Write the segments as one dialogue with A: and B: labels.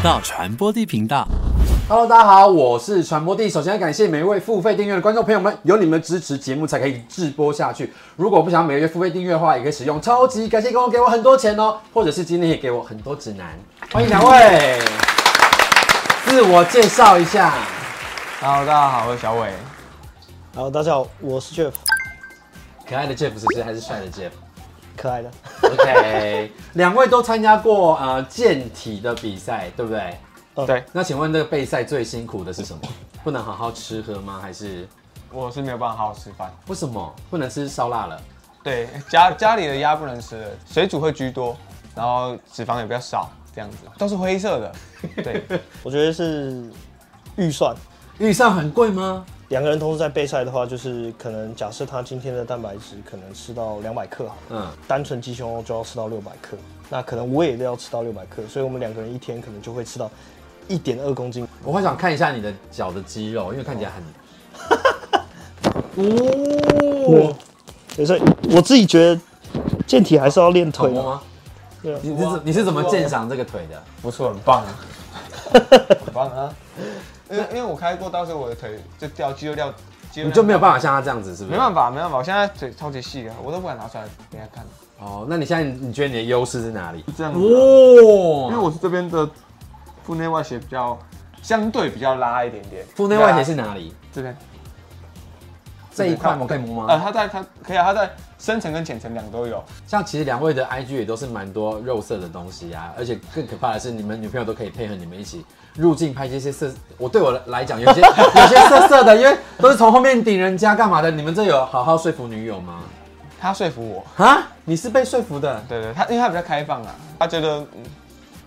A: 到传播地频道。
B: Hello，大家好，我是传播帝。首先要感谢每一位付费订阅的观众朋友们，有你们的支持，节目才可以直播下去。如果不想每个月付费订阅的话，也可以使用超级感谢功能给我很多钱哦，或者是今天也给我很多指南。欢迎两位，自我介绍一下。
C: Hello，大家好，我是小伟。
D: 好，大家好，我是 Jeff，
B: 可爱的 Jeff 是不是还是帅的 Jeff？
D: 可爱的，
B: OK，两位都参加过呃健体的比赛，对不对？
D: 呃
C: 对，
B: 那请问这个备赛最辛苦的是什么？不能好好吃喝吗？还是
C: 我是没有办法好好吃饭。
B: 为什么不能吃烧腊了？
C: 对，家家里的鸭不能吃了，水煮会居多，然后脂肪也比较少，这样子都是灰色的。对，
D: 我觉得是预算。
B: 预算很贵吗？
D: 两个人同时在备赛的话，就是可能假设他今天的蛋白质可能吃到两百克好了，
B: 嗯，
D: 单纯鸡胸肉就要吃到六百克，那可能我也要吃到六百克，所以我们两个人一天可能就会吃到一点二公斤。
B: 我会想看一下你的脚的肌肉，因为看起来很……
D: 对
B: 哦，
D: 对所以我自己觉得健体还是要练
B: 好
D: 腿
B: 摸
D: 的。
B: 吗？
D: 对啊
B: 你是怎你是怎么鉴赏这个腿的？
C: 不错，很棒啊， 很棒啊。 因为因为我开过，到时候我的腿就掉肌肉掉，肌肉
B: 你就没有
C: 办
B: 办法像他这样子，是不
C: 没
B: 是？
C: 办法，没办法，我现在腿超级细啊，我都不敢拿出来给人家看。
B: 哦，那你现在你觉得你的优势是哪里？
C: 是这样子啊、因为
B: 哦，
C: 我是这边的腹内外斜比较相对比较拉一点点，啊
B: 腹内外斜是哪里？
C: 这边。
B: 这一块我可以摸吗
C: 呃，？它在它可以啊，它在深层跟浅层两都有。
B: 像其实两位的 IG 也都是蛮多肉色的东西啊，而且更可怕的是，你们女朋友都可以配合你们一起入境拍这些色。我对我来讲， 有些有些色色的，因为都是从后面顶人家干嘛的。你们这有好好说服女友吗？
C: 他说服我，
B: 啊，你是被说服的，
C: 对对，他因为他比较开放啊，他觉得嗯，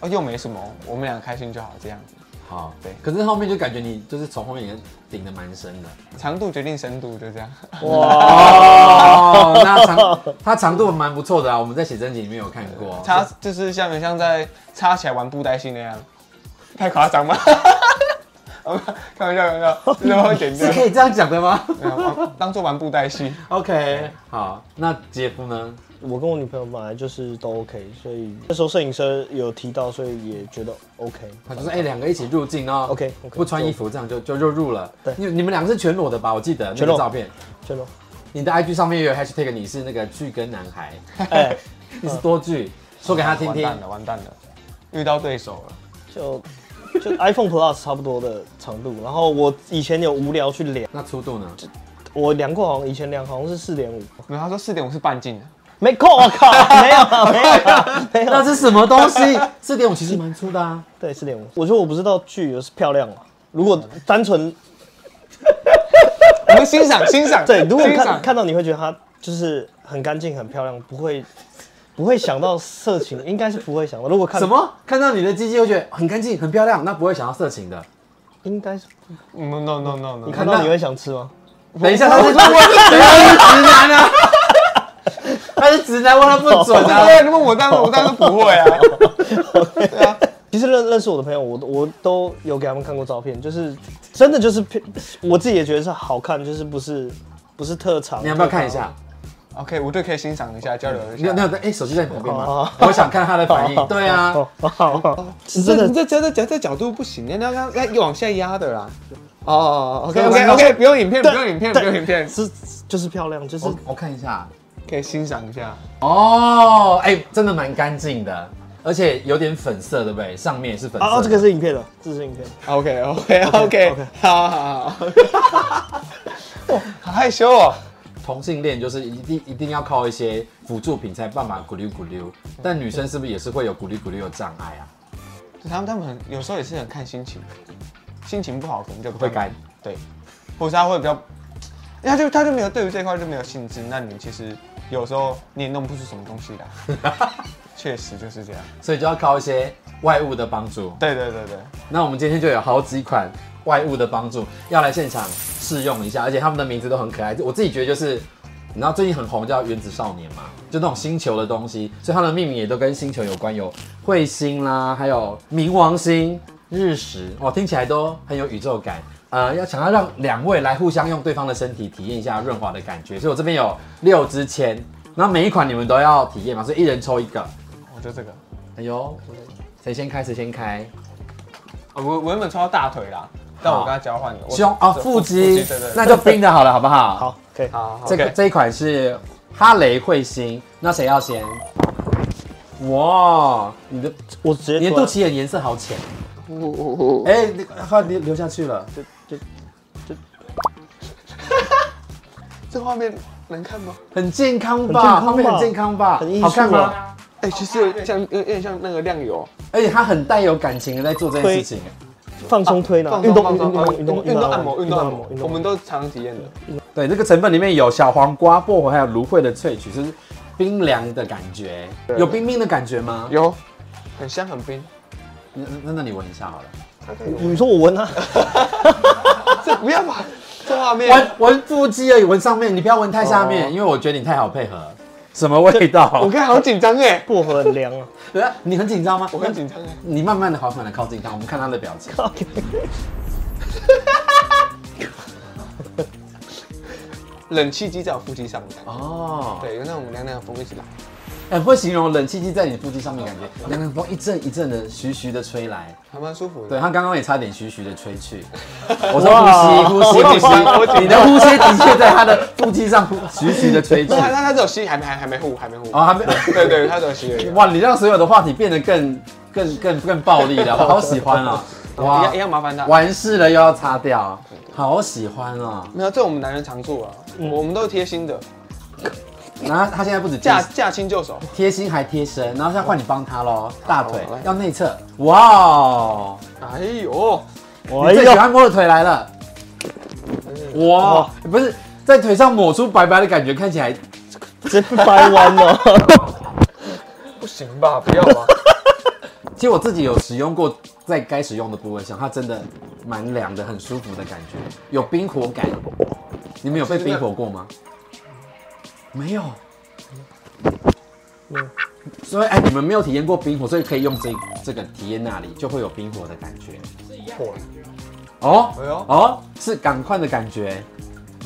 C: 哦又没什么，我们俩开心就好这样子。
B: 好
C: 对
B: 可是后面就感觉你就是从后面也顶的蛮深的。
C: 长度决定深度，就这样。
B: 哦， 那长它长度蛮不错的啊，我们在写真集里面有看
D: 哦
B: 过。
C: 插就是像很像在插起来玩布袋戏那样， 太夸张吗？ 哦开玩笑，开玩 笑，这后会剪掉
B: 是。可以这样讲的吗
C: 没有玩当做玩布袋 戏，
B: ？OK，好，那杰夫呢？
D: 我跟我女朋友本来就是都 OK，所以那时候摄影师有提到，所以也觉得 OK。
B: 他就说：“哎、两个一起入境哦
D: OK，OK，
B: 不穿衣服这样就就就入了。
D: 对
B: 你你们两个是全裸的吧？我记得那
D: 全
B: 个
D: 裸
B: 照片，
D: 真的，
B: 你的 IG 上面也有 hashtag，你是那个巨根男孩，
D: 哎，
B: 你是多巨，说给他听
C: 完
B: 听。
C: 蛋了，完蛋了，遇到对手了。
D: 就就 iPhone Plus 差不多的长度。然后我以前有无聊去量，
B: 那粗度呢？
D: 我量过，好像以前量好像是四点五，
C: 没有，他说四点五是半径的，
D: 没空，我靠，没有没有没
B: 那
D: 有，
B: 是什么东西？四点五其实蛮粗的啊。
D: 对，四点五。我觉得我不知道巨有是漂亮嘛，如果单纯
C: 我们欣 赏欣赏，
D: 对，如果
C: 欣
D: 看
C: 赏
D: 看到你会觉得它就是很干净、很漂亮，不会不会想到色情，应该是不会想到。如果看
B: 什，么？看到你的鸡鸡会觉得很干净、很漂亮，那不会想要色情的。
D: 应该是
C: ，no no no no no，
D: 你看到你会想吃吗？
B: 等一下，他是等一下他是直男啊，他是直男，问他不准啊。
C: 对，如果我当然我当然不会 啊。对啊，
D: 其实认认识我的朋友，我我都有给他们看过照片，就是真的就是偏我自己也觉得是好看，就是不是不是特长。
B: 你要不要看一下？
C: OK，我对可以欣赏一下，交流一
B: 你有你
C: 下。
B: 有在哎，手机在你旁边吗
D: 哦？
B: 我想看他的反应。对啊，
D: 哦？哦，好好，是
C: 这
D: 真的
C: 你这这这角这角度不行，你要要要往下压的啦。哦哦哦，OK
B: 对
C: OK
B: 我
C: OK，不用影片，不
D: 对
C: 用影片，不
D: 对
C: 用影片，
D: 是就是漂亮，就是
B: 我我看一下。
C: 可以欣赏一下。
B: 哦，哎、真的蛮干净的，而且有点粉色，对不对？上面也是粉色的。
D: 啊啊，这个是影片了，这是影片。
C: OK OK OK，
D: OK，
C: 好好好。哇 好害羞哦，
B: 同性恋，就是一定一定要靠一些辅助品才办法咕溜咕溜。但女生是不是也是会有咕溜咕溜的障碍啊？
C: 他们他们很有时候也是很看心情，心情不好可能就不
B: 会干，
C: 对，或是他会比较，因为他就他就没有对于这块就没有兴致，那你其实有时候你也弄不出什么东西来， 确实就是这样。
B: 所以就要靠一些外物的帮助。
C: 对对对对，
B: 那我们今天就有好几款外物的帮助要来现场试用一下，而且他们的名字都很可爱。我自己觉得就是，你知道最近很红叫原子少年嘛，就那种星球的东西，所以它的命名也都跟星球有关，有彗星啦，还有冥王星、日食，哇，听起来都很有宇宙感。呃，要想要让两位来互相用对方的身体体验一下润滑的感觉，所以我这边有六支签，然后每一款你们都要体验嘛，所以一人抽一个。
C: 我就这个。
B: 哎呦，谁先开谁先开。
C: 啊我我原本抽到大腿啦，但我跟他交换了我
B: 胸啊、
C: 是
B: 腹肌
C: 对对，
B: 那
C: 对，
B: 就冰的好了，好不好？，
D: 哦好，可以。
C: 好，好
B: 这个
C: OK
B: 这一款是哈雷彗星，那谁要先？哇，你的
D: 我直接啊
B: 你的
D: 突
B: 肚
D: 然
B: 脐眼颜色好浅，哎、你快流流下去了，
C: 这画面能看吗？
B: 很健康
D: 很健
B: 吧？
D: 康吧
B: 后面很健康吧？
D: 很艺术啊
B: 好看吗？
C: 哎、其实有点像有点像那个亮油，
B: 而且他很带有感情的在做这件事情，
D: 放松推拿，
C: 放松
D: 运动
C: 放
D: 运
C: 松
D: 动
C: 啊
D: 运动
C: 运动按摩运动按摩，
D: 运动
C: 我们都常体验的。
B: 对，这个成分里面有小黄瓜、薄荷还有芦荟的萃取，就是冰凉的感觉，
C: 对
B: 有冰冰的感觉吗？
C: 有，很香很冰。
B: 那那那你闻一下好了，
D: 你说我 闻啊，
C: 这不要吧，这画面
B: 闻闻腹肌而已，闻上面，你不要闻太下面，
C: 哦
B: 因为我觉得你太好配合。 什么味道
C: 我？看好紧张哎，
D: 薄荷很凉啊。
B: 呃你很紧张吗？
C: 我很紧张哎，
B: 你慢慢的、缓缓的靠近他，我们看他的表情。
D: OK，
C: 冷气机在我腹肌上面，
B: 哦，
C: 对，有那种凉凉的风一起来，
B: 很会形容冷气机在你腹肌上面感觉，凉凉风一阵一阵的徐徐的吹来。
C: 还蛮舒服
B: 对
C: 的。
B: 他刚刚也差点徐徐的吹去。我说呼吸，呼吸，
C: 我
B: 呼吸，你
C: 紧张
B: 的呼吸的确在他的腹肌上徐徐的吹去
C: 那。他他他只有吸，还没还还没护，还没护。
B: 哦， 还没。
C: 对对，他只有吸而已。
B: 哇，你让所有的话题变得更更更更暴力了，我好喜欢 啊！
C: 一
B: 哇
C: 样一，样麻烦他。
B: 完事了又要擦掉，好喜欢哦。
C: 没有，这我们男人常做啊，我们都是贴心的，
B: 然后他现在不止
C: 驾驾轻就熟。
B: 贴心还贴身，然后现在换你帮他喽，大腿
C: 好来
B: 要内侧，哇哦，
C: 哎呦，
D: 我
B: 你最喜欢摸的腿来了，哇
C: 哎
D: 哇，
B: 不是在腿上抹出白白的感觉，看起来
D: 直接被掰弯了。
C: 不行吧，不要 吧。
B: 其实我自己有使用过，在该使用的部位上，它真的蛮凉的，很舒服的感觉，有冰火感。你们有被冰火过吗？没有。
D: 没有
B: 所以哎，你们没有体验过冰火，所以可以用这这个体验那里，就会有冰火的感觉。
C: 火
B: 哦，
C: 哎呦
B: 哦，是赶快的感觉。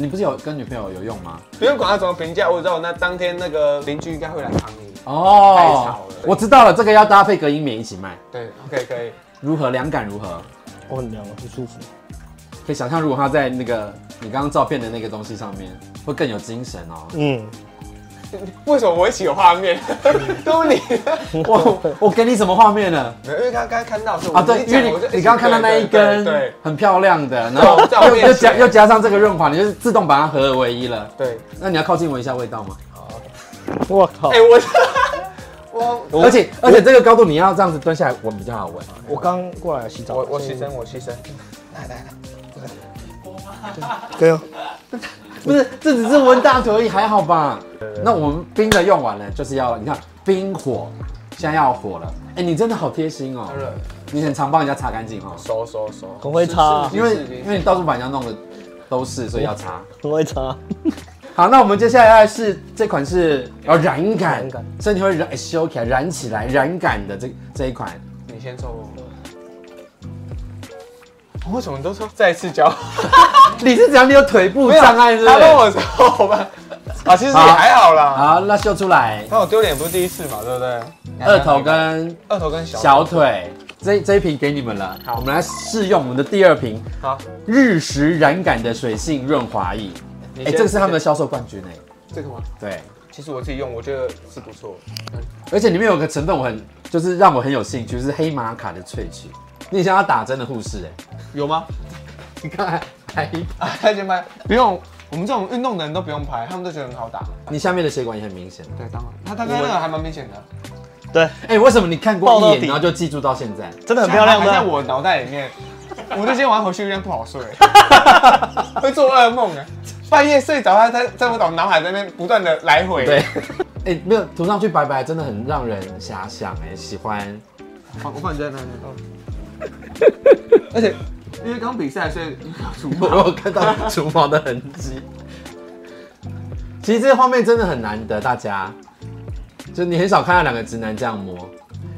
B: 你不是有跟女朋友有用吗？
C: 不用管他怎么评价，我知道那当天那个邻居应该会来扛你。太吵
B: 哦
C: 了，
B: 我知道了，这个要搭配隔音棉一起卖，
C: 对，OK 可以。
B: 如何凉感如何？
D: 我很凉啊，很舒服。
B: 可以想象，如果他在那个你刚刚照片的那个东西上面，会更有精神哦。
D: 嗯，
C: 为什么我一起有画面？ 都是你。
B: 我我哦给你什么画面了？
C: 没有，因为刚刚看到是
B: 啊，对，因为你你刚刚看到那一根
C: 对
B: 很漂亮的，然后
C: 在
B: 又
C: 我面
B: 又加
C: 前
B: 又加上这个润滑，你就是自动把它合二为一了。
C: 对，
B: 那你要靠近我一下味道吗？
D: 我靠
C: 哎、，我 我
B: 而且而且这个高度你要这样子蹲下来闻比较好闻。
D: 我刚过来洗澡，
C: 我我牺
D: 所
C: 牲
D: 以，
C: 我牺牲，来来来，
D: 对啊，
B: 不是，这只是闻大腿而已，还好吧？那我们冰的用完了，就是要你看冰火，现在要火了。哎，你真的好贴心哦
C: 好，热，
B: 你很常帮人家擦干净哦。
C: 收收收，
D: 很会擦啊
C: 是
B: 因为
C: 是是
B: 因为你到处把人家弄的都是，所以要擦。
D: 很会擦。啊
B: 好，那我们接下来是这款是哦燃感
D: 燃感，
B: 身体会燃修起来、燃起来、燃感的这这一款。
C: 你先抽我。我哦为什么都抽？再一次交，
B: 你是讲你有腿部障碍是不
C: 他
B: 是
C: 帮？我抽吧。 啊，其实也还好啦。
B: 好，那秀出来，
C: 那我丢脸也不是第一次嘛，对不对？
B: 二头跟
C: 二头跟小
B: 小腿，这这一瓶给你们了。好，我们来试用我们的第二瓶
C: 好，
B: 日食燃感的水性润滑液。
C: 你
B: 哎、
C: 先
B: 这个是他们的销售冠军哎、
C: 这个吗？
B: 对，
C: 其实我自己用，我觉得是不错。
B: 而且里面有个成分我很就是让我很有兴趣，就是黑玛卡的萃取。你想要打针的护士哎、
C: 有吗？
B: 你看还还
C: 啊，他先拍，不用，我们这种运动的人都不用拍，他们都觉得很好打。
B: 你下面的血管也很明显。
C: 对，当然，他大概那个还蛮明显的，
D: 对，
B: 哎、为什么你看过
D: 爆
B: 一
D: 到
B: 眼，
D: 底
B: 然后就记住到现在？
D: 真的很漂亮
C: 还在
D: 的。
C: 我脑袋里面。我这今天晚上回去有点不好睡，会做噩梦啊。半夜睡着，他在在我脑脑海在那边不断的来回。
B: 对，哎、没有涂上去白白，真的很让人遐想哎、喜欢。
C: 我我放你在那里。哦 而且因为刚比赛，所以主
B: 我有看到除毛的痕迹。其实这个画面真的很难得，大家就你很少看到两个直男这样摸，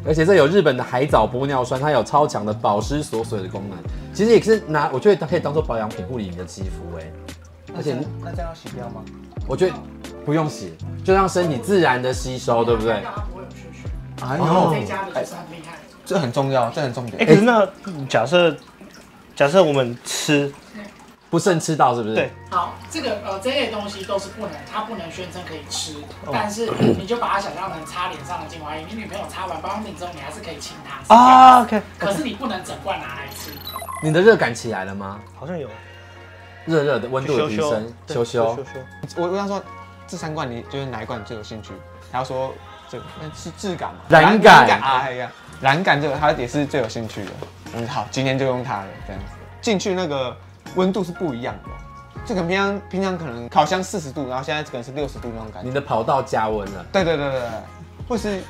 B: 而且这有日本的海藻玻尿酸，它有超强的保湿锁水的功能，其实也是拿我觉得它可以当做保养品护理你的肌肤哎、而且
C: 那这样要洗掉吗？
B: 我觉得不用洗，就让身体自然的吸收，对不对？
A: 哎让它不会有血水。
C: 哎
B: 呦
A: 在家里就是很厉害。
C: 这很重要，这很重
D: 哎、
C: 点。
D: 可是那假设假设我们吃，
B: 不慎吃到是不是？
D: 对，
A: 好，这个呃这类东西都是不能，它不能宣称可以吃，但是你就把它想象成擦脸上的精华液，你女朋友擦完保养品之后，你还是可以亲她是
D: 啊
A: 这样子
D: OK，OK
A: 可是你不能整罐拿来吃。
B: 你的热感起来了吗？
D: 好像有
B: 热热的温度的提升，
D: 对
B: 羞羞
D: 羞，
C: 我我跟他说，这三罐你就是哪一罐最有兴趣？他说这个那是质感嘛，
B: 染感
C: 啊，哎呀，染感这个他也是最有兴趣的。嗯，好，今天就用它了，这样子进去那个温度是不一样的。这个平常平常可能烤箱四十度，然后现在可能是六十度那种感觉
B: 你。的跑道加温了，
C: 对对对对对，或是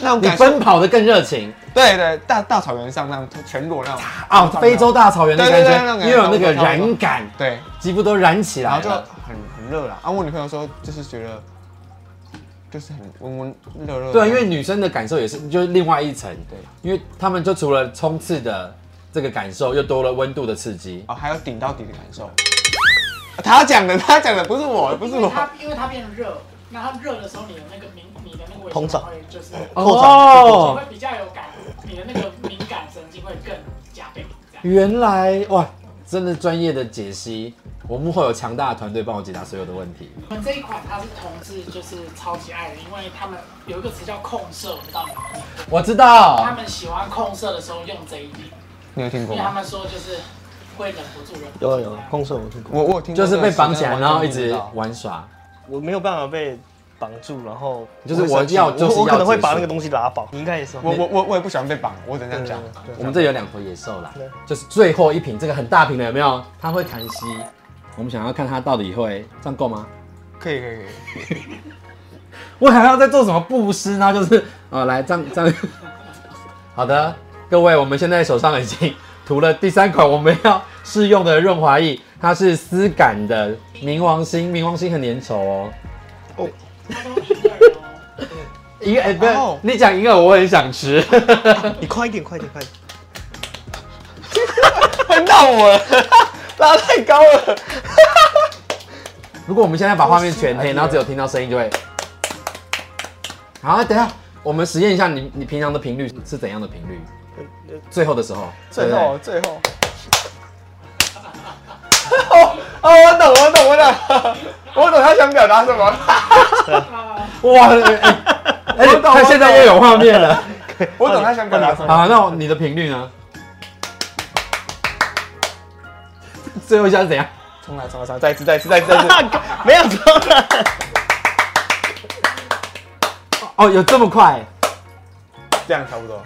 C: 那种
B: 你
C: 感受。
B: 奔跑的更热情
C: 对对，大大草原上那种全裸那种
B: 啊！非洲。大草原的
C: 对对对那
B: 感觉，
C: 种感觉
B: 因为有那个
C: 差不多
B: 燃感，
C: 对，
B: 肌肤都燃起
C: 然
B: 来
C: 后就
B: 了。
C: 很很热啦。啊，我女朋友说就是觉得就是很温温热热的。
B: 对，因为女生的感受也是，就是另外一层。
C: 对，
B: 因为他们就除了冲刺的这个感受，又多了温度的刺激。
C: 哦还有顶到底的感受。他讲的，他讲的不是我，不是哦
A: 因为
C: 我。
A: 它因为它变热，那它热的时候，你的那个敏你的那个
D: 膨胀，
A: 就是
B: 哦
A: 会比较有感，你的那个敏感神经会更加倍。这样
B: 原来哇，真的专业的解析，我幕后有强大的团队帮我解答所有的问题。
A: 我们这一款它是同志就是超级爱的，因为他们有一个词叫控色，我不知道你们有没有听过
B: 我知道
A: 他，们喜欢控色的时候用这一点，
C: 你有听
B: 哦
A: 因
C: 过
A: 为他
C: 吗？
A: 们说就是会忍不住忍不住
D: 有啊有
A: 这
D: 啊
A: 样
D: 空手我听过，
C: 我我有听过
B: 就
C: 这
B: 是
C: 个词，
B: 被绑起来，
C: 但
B: 然
C: 是我
B: 后一
C: 完全不知
B: 直
C: 道
B: 玩耍，
D: 我没有办法被绑住，然后
B: 就是
C: 我
B: 我
C: 会生气
B: 要
C: 我
B: 就是
D: 我我可能会把那
B: 绑
D: 个东西拉爆，你应该也是。哦
C: 我我我我也不喜欢被绑，我只能这样讲。
D: 对
B: 我们这有两头野兽啦
D: 对，
B: 就是最后一瓶这个很大瓶的有没有？它会弹吸，我们想要看它到底会这样够吗？
C: 可以可以可以。
B: 我还要再做什么布施呢？就是哦，来这样这样。 好的，各位，我们现在手上已经涂了第三款我们要试用的润滑液，它是丝感的冥王星，冥王星很粘稠哦。
A: 他都一个人哦。
B: 银耳、哎不是
C: 哦
B: 你讲银耳，我很想吃。
D: 你快一点，快一点，快一 点！
C: 喷到 我了，拉太高了。
B: 如果我们现在把画面
C: 哦
B: 全黑，然后只有听到声音，就会。好，等一下，我们实验一下你你平常的频率是怎样的频率？最后的时候，
C: 最
B: 对不
C: 后
B: 对
C: 最 后。哦哦，我懂我懂我懂， 我懂他想表达什么。
B: 哇，哎哎
C: 我懂
B: 他
C: 我
B: 现在
C: 懂
B: 又有画面了。
C: 我懂他想表达什么。
B: 好，那我你的频率呢？最后一下是怎样？
C: 重来，重来，重来，再一次，再一次，再一次，再一次。
D: 没有错了，
B: 哦，有这么快？
C: 这样差不多，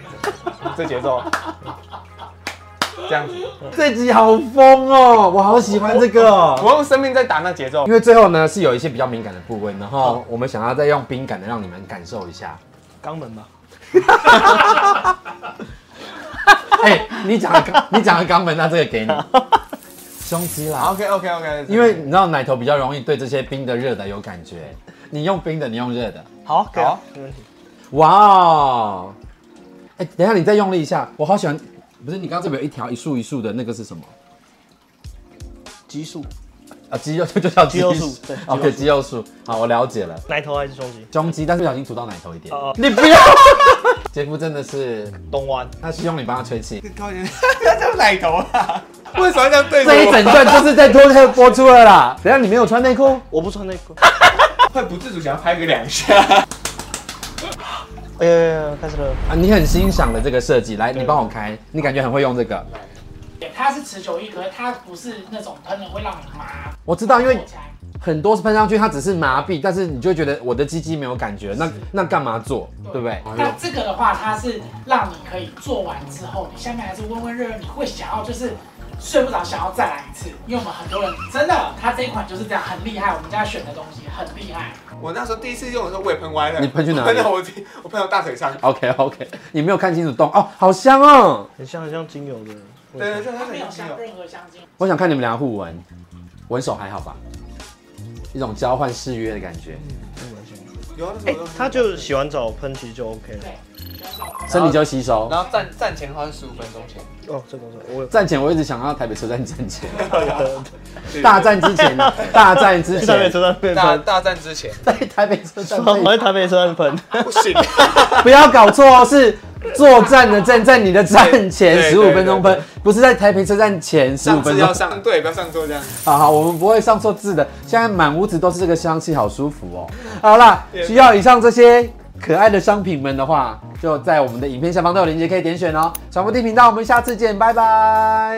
C: 这节奏，这样子。
B: 这集好疯哦，我好喜欢这个哦。
C: 我用生命在打那节奏
B: 因。为最后呢是有一些比较敏感的部位，然后我们想要再用冰感的让你们感受一下。
D: 肛门吧，
B: 哎、你讲的 肛，你讲的肛门，那这个给你胸肌啦。
C: OK，OK，OK，、
B: 因为你知道奶头比较容易对这些冰的、热的有感觉。你用冰的，你用热的，
D: 好，可以
C: 好
D: 啊，没问题。
B: 哇哦！哎，等一下你再用力一下，我好喜欢。不是你刚刚这边有一条一束一束的那个是什么？
D: 激素，
B: 啊，肌肉 就就叫
D: 肌肉束 对
B: ，OK，肌肉束。好，我了解了，
D: 奶头还是胸肌？
B: 胸肌，但是不小心涂到奶头一点。
D: 哦
B: 你不要，杰夫真的是，
D: 东湾，
B: 他希望你帮他吹气。
C: 高一点，不要这样奶头啊！为什么要这样对着我
B: 这一整段就是在拖车播 出了啦。等一下你没有穿内裤，
D: 我不穿内裤。
C: 会不自主想要拍个两下。
D: 哎呀呀，呀开始了。
B: 啊，你很欣赏的这个设计，来，你帮我开，你感觉很会用这个。
A: 对它是持久力，可是它不是那种喷了会让你麻。
B: 我知道，因为
A: 火起来
B: 很多是喷上去，它只是麻痹，但是你就会觉得我的鸡鸡没有感觉，那那干嘛做，对不对？
A: 那这个的话，它是让你可以做完之后，你下面还是温温热热，你会想要就是睡不着，想要再来一次。因为我们很多人真的，它这一款就是这样，很厉害。我们家选的东西很厉害。
C: 我那时候第一次用的时候，我也喷歪了。
B: 你喷去哪里
C: 喷到我自己我喷到大腿上。
B: OK OK，你没有看清楚洞哦，好香哦！
D: 很像很像精油的味道，
C: 对对对，
A: 它
C: 它
A: 没
C: 没
A: 有
C: 有
A: 像任何香精，
B: 我想看你们俩互闻，闻手还好吧？一种交换誓约的感觉，
D: 没关系
C: 有啊，那
D: 哎
C: 时候我都，
D: 他就洗完澡喷其实就 OK 了。
A: 对，选少
B: 身体就吸收。
C: 后站站前好像十五分钟前，
D: 哦，这个我我有
B: 站前我一直想要台北车站站前，
C: 对
B: 大战之前，大战之
D: 去台北
B: 前，
D: 车站被
C: 大
D: 喷，
C: 大战之前
B: 在台北车站
D: 我
B: 被
D: 在台北车站喷，
C: 不行，
B: 不要搞错哦，是作战的战在你的站前
C: 对对
B: 十五分钟
C: 对
B: 喷，不是在台北车站前十五
C: 上
B: 分
C: 次
B: 钟
C: 要。上对，不要上桌这样。
B: 好好，我们不会上错字的。现在满屋子都是这个香气，好舒服哦。好啦，需要以上这些可爱的商品们的话，就在我们的影片下方都有链接可以点选哦。传播地频道，我们下次见，拜拜。